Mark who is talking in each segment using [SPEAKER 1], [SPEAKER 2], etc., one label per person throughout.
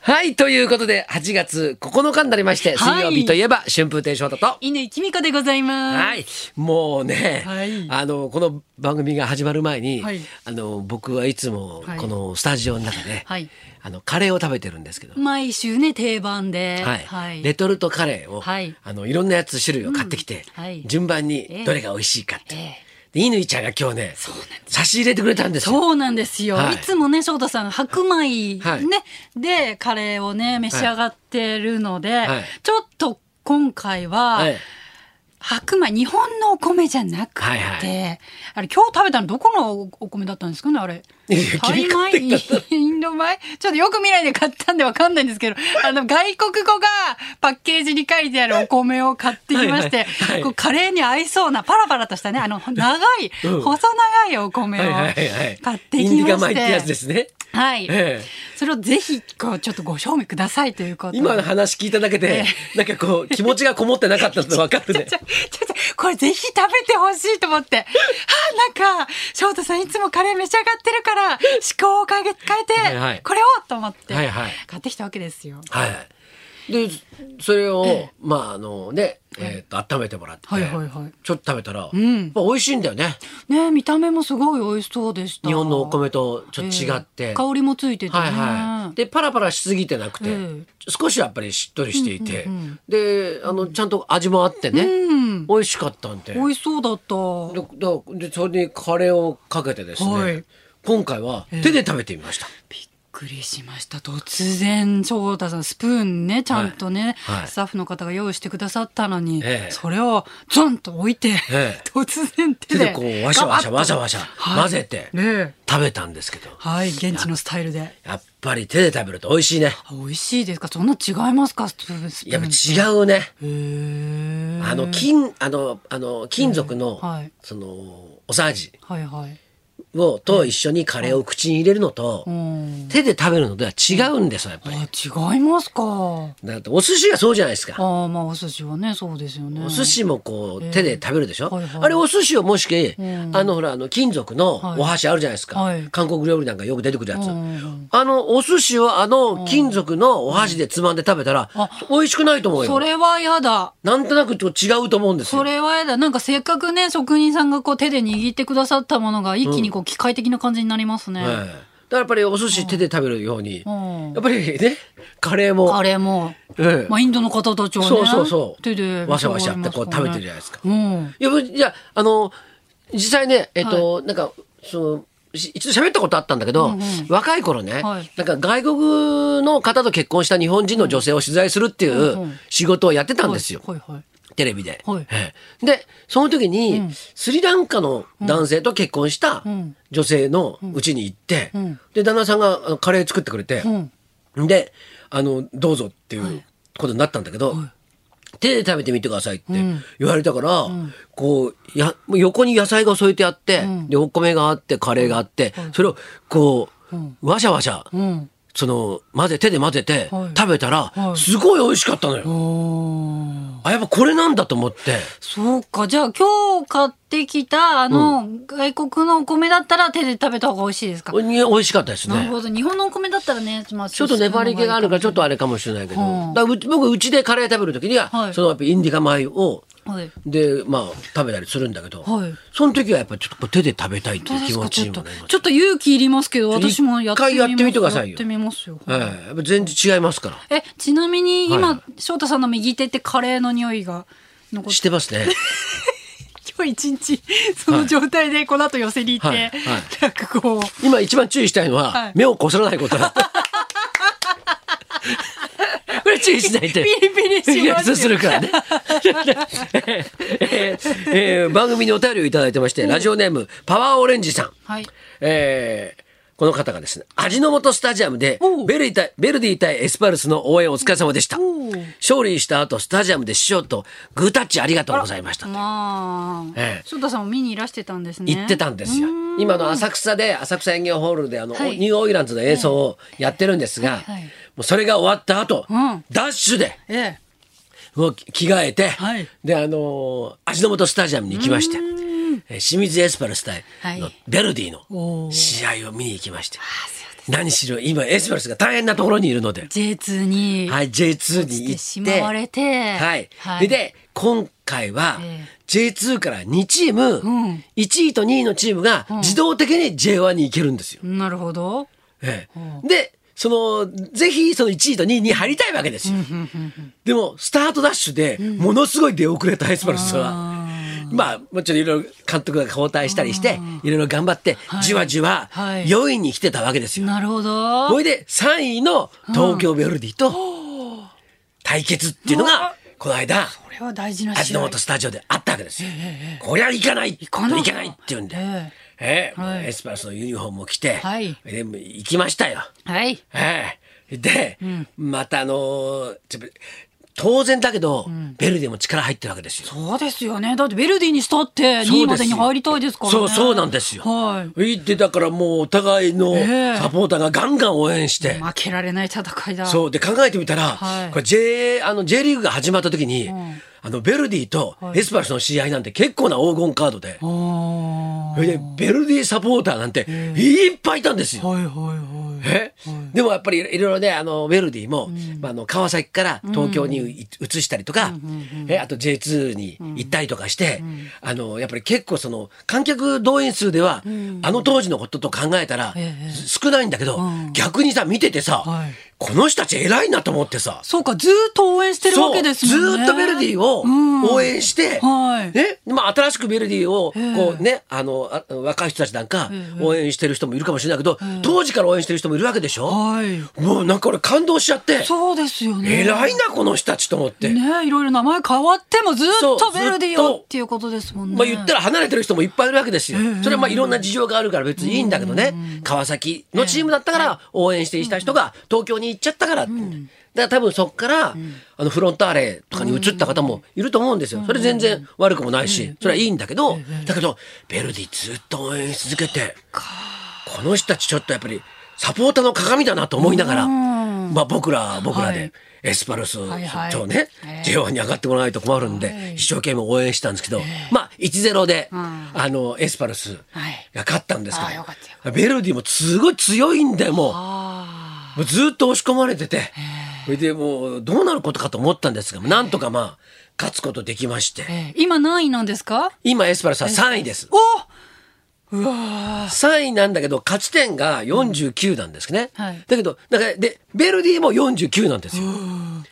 [SPEAKER 1] はい、ということで、8月9日になりまして、
[SPEAKER 2] は
[SPEAKER 1] 水
[SPEAKER 2] い
[SPEAKER 1] 曜日といえば、春風亭昇太と、
[SPEAKER 2] 犬井美子でございます。
[SPEAKER 1] はい、もうね、
[SPEAKER 2] はい
[SPEAKER 1] あの、この番組が始まる前に、
[SPEAKER 2] はい
[SPEAKER 1] あの、僕はいつも
[SPEAKER 2] はい、
[SPEAKER 1] このスタジオの中で、
[SPEAKER 2] はい
[SPEAKER 1] あの、カレーを食べてるんですけど、
[SPEAKER 2] 毎週ね定番で、
[SPEAKER 1] はい、レトルトカレーを、
[SPEAKER 2] はい
[SPEAKER 1] あの、いろんなやつ種類を買ってきて、
[SPEAKER 2] うんはい
[SPEAKER 1] 順番
[SPEAKER 2] え
[SPEAKER 1] に
[SPEAKER 2] え
[SPEAKER 1] どれが美味しいかって。
[SPEAKER 2] ええ
[SPEAKER 1] で、乾ちゃんが今日ね、差し入れてくれたんですよ。
[SPEAKER 2] そうなんですよ。
[SPEAKER 1] はい
[SPEAKER 2] い、つもね翔太さん白米ね、
[SPEAKER 1] はい
[SPEAKER 2] でカレーをね召し上がってるので、
[SPEAKER 1] はい
[SPEAKER 2] ちょっと今回は、
[SPEAKER 1] はい
[SPEAKER 2] 白米日本のお米じゃなくて、
[SPEAKER 1] はいは
[SPEAKER 2] あれ今日食べたのどこのおお米だったんですかねあれ
[SPEAKER 1] いやいや
[SPEAKER 2] タイ米
[SPEAKER 1] 君買ってき
[SPEAKER 2] インド米ちょっとよく見ないで買ったんでわかんないんですけどあの外国語がパッケージに書いてあるお米を買ってきまし
[SPEAKER 1] は
[SPEAKER 2] て
[SPEAKER 1] いはいはい
[SPEAKER 2] こうカレーに合いそうなパラパラとしたねあの長い、
[SPEAKER 1] うん
[SPEAKER 2] 細長いお米
[SPEAKER 1] はい
[SPEAKER 2] を
[SPEAKER 1] はいはい。
[SPEAKER 2] 買ってき
[SPEAKER 1] インディ
[SPEAKER 2] ま
[SPEAKER 1] カ米
[SPEAKER 2] し
[SPEAKER 1] ってやつで
[SPEAKER 2] て
[SPEAKER 1] すね。
[SPEAKER 2] はい、
[SPEAKER 1] ええ
[SPEAKER 2] それをぜひこうちょっとご賞味くださいということで
[SPEAKER 1] 今の話聞いただけで、なんか こう、気持ちがこもってなかったの分かるね
[SPEAKER 2] ち。ょ、ちょ、ちょ、これぜひ食べてほしいと思って。はあ、なんか、翔太さんいつもカレー召し上がってるから、思考を変え変
[SPEAKER 1] は
[SPEAKER 2] え
[SPEAKER 1] い
[SPEAKER 2] て、
[SPEAKER 1] はい
[SPEAKER 2] これをと思って、
[SPEAKER 1] はいはい
[SPEAKER 2] 買ってきたわけですよ。
[SPEAKER 1] はい。で、それを、まああのね、えっと、温めてもらって、
[SPEAKER 2] はいはいはい
[SPEAKER 1] ちょっと食べたら、
[SPEAKER 2] ん
[SPEAKER 1] まあ美味しいんだよね。
[SPEAKER 2] ね見た目もすごい美味しそうでした。
[SPEAKER 1] 日本のお米とちょっと違っ
[SPEAKER 2] ええ
[SPEAKER 1] て。
[SPEAKER 2] 香りもついてて、ね。
[SPEAKER 1] はいはい。で、パラパラしすぎてなくて
[SPEAKER 2] え、
[SPEAKER 1] 少しやっぱりしっとりしていて
[SPEAKER 2] うんうんうん、
[SPEAKER 1] で、あの、ちゃんと味もあってね、
[SPEAKER 2] うん。
[SPEAKER 1] 美味しかったんで
[SPEAKER 2] 美。味しそうだった。
[SPEAKER 1] だだでそれにカレーをかけてですね、
[SPEAKER 2] はい
[SPEAKER 1] 今回は手で食べてみました、
[SPEAKER 2] びっくりしました突然翔太さんスプーンねちゃんとね、
[SPEAKER 1] はいはい
[SPEAKER 2] スタッフの方が用意してくださったのに、
[SPEAKER 1] ええ
[SPEAKER 2] それをゾンと置いて、
[SPEAKER 1] ええ
[SPEAKER 2] 突然手
[SPEAKER 1] 手
[SPEAKER 2] で
[SPEAKER 1] でこうわしゃわしゃわしゃわしゃ
[SPEAKER 2] はい
[SPEAKER 1] 混ぜて
[SPEAKER 2] ねえ
[SPEAKER 1] 食べたんですけど、
[SPEAKER 2] はい現地のスタイルで
[SPEAKER 1] やっぱり手で食べると美味しいね
[SPEAKER 2] あ美味しいですかそんな違いますかスプーンスプ
[SPEAKER 1] やっぱ
[SPEAKER 2] ーン
[SPEAKER 1] 違うね、
[SPEAKER 2] へえ
[SPEAKER 1] あの金あのあの金属の、
[SPEAKER 2] ええはい
[SPEAKER 1] そのおさじ
[SPEAKER 2] はいはい
[SPEAKER 1] をと一緒にカレーを口に入れるのと、
[SPEAKER 2] うん
[SPEAKER 1] 手で食べるのでは違うんですよやっぱり、
[SPEAKER 2] あ違いますか
[SPEAKER 1] だってお寿司がそうじゃないですか、
[SPEAKER 2] ああまあお寿司はねそうですよね
[SPEAKER 1] お寿司もこう手で食べるでしょ、
[SPEAKER 2] はいはい
[SPEAKER 1] あれお寿司をもしけ、
[SPEAKER 2] うん
[SPEAKER 1] あのほらあの金属の
[SPEAKER 2] はい
[SPEAKER 1] お箸あるじゃないですか、
[SPEAKER 2] はい
[SPEAKER 1] 韓国料理なんかよく出てくるやつ、
[SPEAKER 2] うん
[SPEAKER 1] あのお寿司をあの金属のお箸でつまんで食べたら、
[SPEAKER 2] あ
[SPEAKER 1] 美味しくないと思う
[SPEAKER 2] そ
[SPEAKER 1] よ
[SPEAKER 2] れはやだ
[SPEAKER 1] なんとなくちょっと違うと思うんですよ
[SPEAKER 2] それはやだ。なんかせっかくね、職人さんがこう手で握ってくださったものが一気にこう機械的な感じになりますね。
[SPEAKER 1] ええだからやっぱりお寿司手で食べるように、
[SPEAKER 2] うん
[SPEAKER 1] やっぱりねカレーも
[SPEAKER 2] あれも、
[SPEAKER 1] ええ
[SPEAKER 2] まあインドの方たちはね、
[SPEAKER 1] そうそうそう
[SPEAKER 2] 手で
[SPEAKER 1] わしゃわしゃってこう食べてるじゃないですか
[SPEAKER 2] うん。
[SPEAKER 1] いやぶいやあの実際ねえっと、なんかそのし一度喋ったことあったんだけど、
[SPEAKER 2] うんうん
[SPEAKER 1] 若い頃ね、
[SPEAKER 2] はい
[SPEAKER 1] なんか外国の方と結婚した日本人の女性を取材するってい
[SPEAKER 2] うんう
[SPEAKER 1] うん仕事をやってたんですよ、
[SPEAKER 2] はいはいはい。
[SPEAKER 1] テレビで、
[SPEAKER 2] はい
[SPEAKER 1] ええでその時に、
[SPEAKER 2] うん
[SPEAKER 1] スリランカの男性と結婚した
[SPEAKER 2] うん
[SPEAKER 1] 女性の家に行って、
[SPEAKER 2] うん
[SPEAKER 1] で旦那さんがあのカレー作ってくれて、
[SPEAKER 2] うん。
[SPEAKER 1] であのどうぞっていうことになったんだけど、手で食べてみてくださいって
[SPEAKER 2] うん
[SPEAKER 1] 言われたから、こうやもう横に野菜が添えてあって、
[SPEAKER 2] ん
[SPEAKER 1] でお米があってカレーがあって、それをこう、
[SPEAKER 2] うん
[SPEAKER 1] わしゃわしゃ、
[SPEAKER 2] うん。
[SPEAKER 1] その混ぜ手で混ぜて
[SPEAKER 2] はい
[SPEAKER 1] 食べたら、
[SPEAKER 2] はい
[SPEAKER 1] すごい美味しかったのよ。
[SPEAKER 2] おー
[SPEAKER 1] あやっぱこれなんだと思って。
[SPEAKER 2] そうか。じゃあ今日買ってきたあの、外国のお米だったら手で食べた方が美味しいですか、
[SPEAKER 1] おに美味しかったです
[SPEAKER 2] なる
[SPEAKER 1] ね。
[SPEAKER 2] ほど。日本のお米だったらね、まあ、
[SPEAKER 1] ちょっと粘り気があるからちょっとあれかもしれないけど、
[SPEAKER 2] うん
[SPEAKER 1] だからうち僕うちでカレー食べる時には、
[SPEAKER 2] はい
[SPEAKER 1] そのやっぱインディカ米を
[SPEAKER 2] はい。
[SPEAKER 1] でまあ食べたりするんだけど、
[SPEAKER 2] はい
[SPEAKER 1] その時はやっぱちょっとこう手で食べたいって
[SPEAKER 2] どう
[SPEAKER 1] いう
[SPEAKER 2] で
[SPEAKER 1] 気
[SPEAKER 2] す
[SPEAKER 1] 持
[SPEAKER 2] か
[SPEAKER 1] ち
[SPEAKER 2] ちょ
[SPEAKER 1] に
[SPEAKER 2] っ
[SPEAKER 1] も
[SPEAKER 2] と
[SPEAKER 1] なります
[SPEAKER 2] ちょっと勇気いりますけど私もやってみます
[SPEAKER 1] 一回やってみてくださいよ
[SPEAKER 2] やってみますよ、
[SPEAKER 1] ええやっぱ全然違いますから。
[SPEAKER 2] えちなみに今、
[SPEAKER 1] は
[SPEAKER 2] 翔太さんの右手ってカレーの匂いが残っ
[SPEAKER 1] しててますね。
[SPEAKER 2] 今日一日 その状態でこの後寄せに行って、
[SPEAKER 1] はいはい
[SPEAKER 2] なんかこう
[SPEAKER 1] 今一番注意したいのは、
[SPEAKER 2] はい
[SPEAKER 1] 目をこすらないことだ。 これ注意しないと。
[SPEAKER 2] ピリピリしますよ
[SPEAKER 1] する からね。えーえー番組にお便りをいただいてまして、ラジオネームパワーオレンジさん。
[SPEAKER 2] はい
[SPEAKER 1] えーこの方がですね、味の素スタジアムで
[SPEAKER 2] おう
[SPEAKER 1] ベルディ対、ベルディ対エスパルスの応援お疲れ様でした
[SPEAKER 2] おう。
[SPEAKER 1] 勝利した後、スタジアムで師匠とグータッチありがとうございました。
[SPEAKER 2] まあ、
[SPEAKER 1] ええ
[SPEAKER 2] 翔太さんも見にいらしてたんですね
[SPEAKER 1] 行ってたんですよ
[SPEAKER 2] うーん。
[SPEAKER 1] 今の浅草で浅草演芸ホールであの、
[SPEAKER 2] はい
[SPEAKER 1] ニューオイランズの演奏をやってるんですが、
[SPEAKER 2] はいはい
[SPEAKER 1] もうそれが終わった後、
[SPEAKER 2] うん
[SPEAKER 1] ダッシュで
[SPEAKER 2] ええ
[SPEAKER 1] もう着替えて、
[SPEAKER 2] はい
[SPEAKER 1] であのー味の素スタジアムに行きまして、えー清水エスパルス対
[SPEAKER 2] はい
[SPEAKER 1] のベルディ
[SPEAKER 2] お
[SPEAKER 1] の
[SPEAKER 2] ー
[SPEAKER 1] 試合を見に行きまして、
[SPEAKER 2] あそうですです。
[SPEAKER 1] 何しろ今エスパルスが大変なところにいるので、
[SPEAKER 2] J2 に
[SPEAKER 1] はい、J2 に行っ
[SPEAKER 2] 落ち
[SPEAKER 1] て
[SPEAKER 2] てしまわれて、
[SPEAKER 1] はいでで今回は
[SPEAKER 2] え
[SPEAKER 1] J2 から2チーム、
[SPEAKER 2] うん
[SPEAKER 1] 1位と2位のチームが自動的に J1 に行けるんですよ。
[SPEAKER 2] なるほど。
[SPEAKER 1] ええ
[SPEAKER 2] う
[SPEAKER 1] でそのぜひその1位と2位に入りたいわけですよ。でもスタートダッシュでものすごい出遅れたエスパルスは、 まあもちろんいろいろ監督が交代したりしていろいろ頑張って
[SPEAKER 2] はい
[SPEAKER 1] じわじわ
[SPEAKER 2] はい
[SPEAKER 1] 4位に来てたわけですよ。
[SPEAKER 2] なるほど。
[SPEAKER 1] ほいで3位の東京ヴェルディと対決っていうの
[SPEAKER 2] う
[SPEAKER 1] が
[SPEAKER 2] わ
[SPEAKER 1] この間
[SPEAKER 2] これは大事な
[SPEAKER 1] 味
[SPEAKER 2] 試
[SPEAKER 1] の
[SPEAKER 2] 合。
[SPEAKER 1] 素スタジオであったわけですよ。こりゃいかないい
[SPEAKER 2] かない
[SPEAKER 1] けないって言うんで、
[SPEAKER 2] え
[SPEAKER 1] ええ
[SPEAKER 2] はい
[SPEAKER 1] エスパルスのユニフォームを着て、
[SPEAKER 2] はい
[SPEAKER 1] でもう行きましたよ。
[SPEAKER 2] はい。
[SPEAKER 1] ええで、またあのーちょ当然だけど、ベルデも力入ってるわけですよ。
[SPEAKER 2] そうですよね。だってベルディにしたって2位までに入りたいですからね。
[SPEAKER 1] そうそうなんですよ。。
[SPEAKER 2] はい
[SPEAKER 1] ってだからもうお互いの
[SPEAKER 2] ええ
[SPEAKER 1] サポーターがガンガン応援して。
[SPEAKER 2] い。負けられない戦いだ。
[SPEAKER 1] そうで考えてみたら、
[SPEAKER 2] はい
[SPEAKER 1] これ J あの J リーグが始まった時に、
[SPEAKER 2] ん
[SPEAKER 1] あのベルディと
[SPEAKER 2] はい
[SPEAKER 1] エスパルスの試合なんて結構な黄金カードで、
[SPEAKER 2] あー
[SPEAKER 1] それでベルディサポーターなんていっぱいいたんですよ。
[SPEAKER 2] はいはいはい。
[SPEAKER 1] えでもやっぱりいろいろねあのベルディも、まあ、あの川崎から東京にい移したりとか、えあと J2 に行ったりとかして、あのやっぱり結構その観客動員数では、あの当時のことと考えたら、
[SPEAKER 2] ええ
[SPEAKER 1] 少ないんだけど、逆にさ見ててさ、
[SPEAKER 2] はい
[SPEAKER 1] この人たち偉いなと思ってさ。
[SPEAKER 2] そうか、ずーっと応援してるわけですも
[SPEAKER 1] そうず
[SPEAKER 2] んね。
[SPEAKER 1] ーっとベルディを応援して、
[SPEAKER 2] うんはい
[SPEAKER 1] ね、まあ新しくベルディを
[SPEAKER 2] ええ
[SPEAKER 1] こうね、あのあ若い人たちなんか
[SPEAKER 2] ええ
[SPEAKER 1] 応援してる人もいるかもしれないけど、当時から応援してる人もいるわけでしょ。
[SPEAKER 2] はい。
[SPEAKER 1] もうなんか俺感動しちゃって、
[SPEAKER 2] そうですよね。
[SPEAKER 1] 偉いなこの人たちと思って。
[SPEAKER 2] ねいろいろ名前変わってもずーっ
[SPEAKER 1] そう
[SPEAKER 2] とベルディ
[SPEAKER 1] ずっ
[SPEAKER 2] を
[SPEAKER 1] と
[SPEAKER 2] っていうことですもんね。
[SPEAKER 1] まあ言ったら離れてる人もいっぱいいるわけですよ。
[SPEAKER 2] ええ
[SPEAKER 1] それはまあいろんな事情があるから別にいいんだけどね。川崎のチームだったから応援していた人が東京に行っちゃったからってんで。だから多分そっからあのフロンターレとかに移った方もいると思うんですよ。それ全然悪くもないし、それはいいんだけど、だけどベルディずっと応援し続けて、この人たちちょっとやっぱりサポーターの鏡だなと思いながら、まあ僕らは僕ら
[SPEAKER 2] は
[SPEAKER 1] で
[SPEAKER 2] い
[SPEAKER 1] エスパルス
[SPEAKER 2] はいはい
[SPEAKER 1] とね
[SPEAKER 2] ええ、
[SPEAKER 1] J1 に上がってもらわないと困るん
[SPEAKER 2] は
[SPEAKER 1] で、
[SPEAKER 2] い
[SPEAKER 1] 一生懸命応援してたんですけど、まあ1-0で、
[SPEAKER 2] うん
[SPEAKER 1] あの、エスパルス
[SPEAKER 2] はい
[SPEAKER 1] が勝ったんです
[SPEAKER 2] あ
[SPEAKER 1] けど
[SPEAKER 2] ーよかったよ、
[SPEAKER 1] ベルディもすごい強いんだよ、もう。
[SPEAKER 2] あ
[SPEAKER 1] もうずっと押し込まれてて、それでもうどうなることかと思ったんですが、なんとかまあ、勝つことできまし
[SPEAKER 2] ー
[SPEAKER 1] て、
[SPEAKER 2] えー今何位なんですか
[SPEAKER 1] 今エスパルスは3位です。
[SPEAKER 2] おうわ
[SPEAKER 1] 3位なんだけど、勝ち点が49なんですね。
[SPEAKER 2] うんはい
[SPEAKER 1] だけど、だから、で、ベルディも49なんですよ。
[SPEAKER 2] ー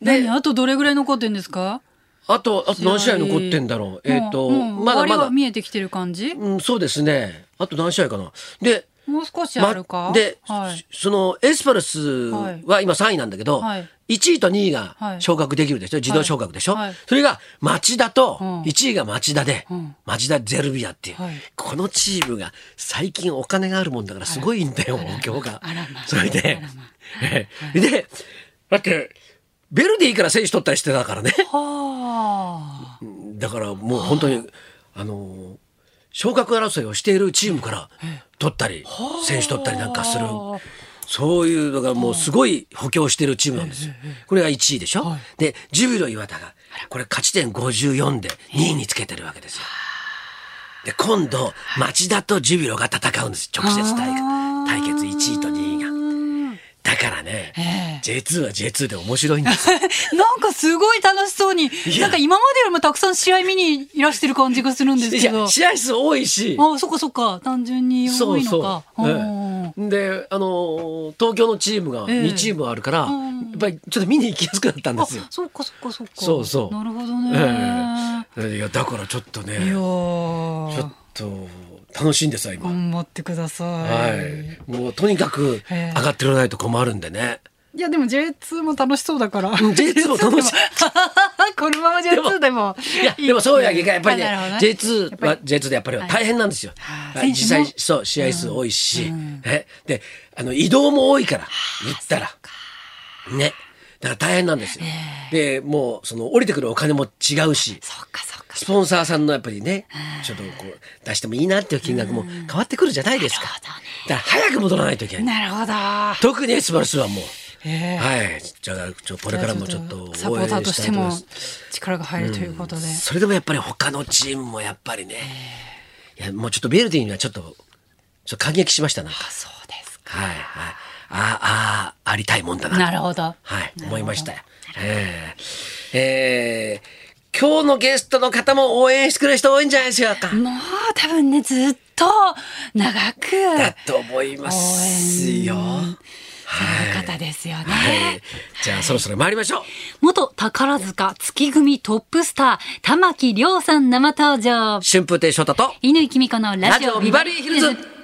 [SPEAKER 2] 何あとどれぐらい残ってんですか
[SPEAKER 1] あと、あと何試合残ってんだろう。えっ、と、
[SPEAKER 2] もうもう
[SPEAKER 1] まだ
[SPEAKER 2] 終わ
[SPEAKER 1] ま
[SPEAKER 2] り
[SPEAKER 1] だ
[SPEAKER 2] は。見えてきてる感じ
[SPEAKER 1] うん、そうですね。あと何試合かな。で、
[SPEAKER 2] もう少し
[SPEAKER 1] ま
[SPEAKER 2] あるか、
[SPEAKER 1] で、
[SPEAKER 2] はい、
[SPEAKER 1] そのエスパルスは今3位なんだけど、
[SPEAKER 2] はい
[SPEAKER 1] 1位と2位が
[SPEAKER 2] はい
[SPEAKER 1] 昇格できるでしょ、自動昇格でしょ、
[SPEAKER 2] はいはい
[SPEAKER 1] それが町田と、
[SPEAKER 2] うん
[SPEAKER 1] 1位が町田で、
[SPEAKER 2] うん
[SPEAKER 1] 町田ゼルビアっていう、
[SPEAKER 2] はい
[SPEAKER 1] このチームが最近お金があるもんだからすごいんだよ、今日が
[SPEAKER 2] あらま。あ
[SPEAKER 1] それで
[SPEAKER 2] あらま、
[SPEAKER 1] ええで、だって、ベルディから選手取ったりしてたからね。
[SPEAKER 2] はあ
[SPEAKER 1] だからもう本当に、あのー昇格争いをしているチームから取ったり、選手取ったりなんかする。そういうのがもうすごい補強してるチームなんですよ。これが1位でしょ、で、ジュビロ磐田が、これ勝ち点54で2位につけてるわけですよ。で、今度、町田とジュビロが戦うんです。直接対
[SPEAKER 2] あー
[SPEAKER 1] 対決1位と2位が。だからね、
[SPEAKER 2] ええ
[SPEAKER 1] J2 は J2 で面白いん ですよ。
[SPEAKER 2] なんかすごい楽しそうに
[SPEAKER 1] や
[SPEAKER 2] なんか今までよりもたくさん試合見にいらしてる感じがするんです
[SPEAKER 1] い
[SPEAKER 2] けど
[SPEAKER 1] や、試合数多いし、
[SPEAKER 2] あそっかそっか単純に多いのか
[SPEAKER 1] そうそう
[SPEAKER 2] うん
[SPEAKER 1] ええであのー東京のチームが
[SPEAKER 2] ええ
[SPEAKER 1] 2チームあるから、
[SPEAKER 2] うん
[SPEAKER 1] やっぱりちょっと見に行きやすくなったんですよ
[SPEAKER 2] あ。そうかそうかそうか。
[SPEAKER 1] そうそう
[SPEAKER 2] なるほどね。
[SPEAKER 1] ええいやだからちょっとね
[SPEAKER 2] いや
[SPEAKER 1] ちょ
[SPEAKER 2] ー
[SPEAKER 1] っと楽しいんですよ今、
[SPEAKER 2] 頑張ってくださ。
[SPEAKER 1] はい
[SPEAKER 2] い、
[SPEAKER 1] いもうとにかく
[SPEAKER 2] え
[SPEAKER 1] 上
[SPEAKER 2] え
[SPEAKER 1] がってくれないと困るんでね。
[SPEAKER 2] やでも J2 も楽しそうだから。
[SPEAKER 1] J2 も楽しい
[SPEAKER 2] このまま J2 でも。
[SPEAKER 1] いやでもそうはいかやっぱり
[SPEAKER 2] あなる
[SPEAKER 1] ね
[SPEAKER 2] ほど
[SPEAKER 1] J2 は J2 でやっぱり
[SPEAKER 2] はい
[SPEAKER 1] 大変なんですよ。
[SPEAKER 2] はい
[SPEAKER 1] はい実
[SPEAKER 2] 選手も
[SPEAKER 1] 際そう試合数多いし、
[SPEAKER 2] うん
[SPEAKER 1] えであの移動も多いから言ったらねだから大変なんですよ。でもうその降りてくるお金も違うし。
[SPEAKER 2] そっかそっか。
[SPEAKER 1] スポンサーさんのやっぱりね、ちょっとこう出してもいいなっていう金額も変わってくるじゃないですか。だから早く戻らないといけない。
[SPEAKER 2] なるほど。
[SPEAKER 1] 特にエスパルスはもう、
[SPEAKER 2] ええ
[SPEAKER 1] はい、じゃあちょこれからもちょっと応援
[SPEAKER 2] サポーターとして
[SPEAKER 1] したいと思い
[SPEAKER 2] も
[SPEAKER 1] ます
[SPEAKER 2] 力が入るということで。
[SPEAKER 1] それでもやっぱり他のチームもやっぱりね、いやもうちょっとベルディにはちょっと、ちょっと感激しましたなんか。
[SPEAKER 2] そうですか。
[SPEAKER 1] はいはい。ああ、ありたいもんだな。
[SPEAKER 2] なるほど。
[SPEAKER 1] はい、
[SPEAKER 2] なるほど
[SPEAKER 1] 思いましたよ。ええええ今日のゲストの方も応援してくれる人多いんじゃないでしょうか。
[SPEAKER 2] もう多分ね、ずっと長く
[SPEAKER 1] だと思いますよ。
[SPEAKER 2] 応
[SPEAKER 1] は
[SPEAKER 2] 援その方ですよね。
[SPEAKER 1] い。じゃあそろそろ参りましょう。
[SPEAKER 2] 元宝塚月組トップスター、玉木亮さん生登場。
[SPEAKER 1] 春風亭昇太と
[SPEAKER 2] 犬木美子のラジオ
[SPEAKER 1] ラジオビバリーヒルズ。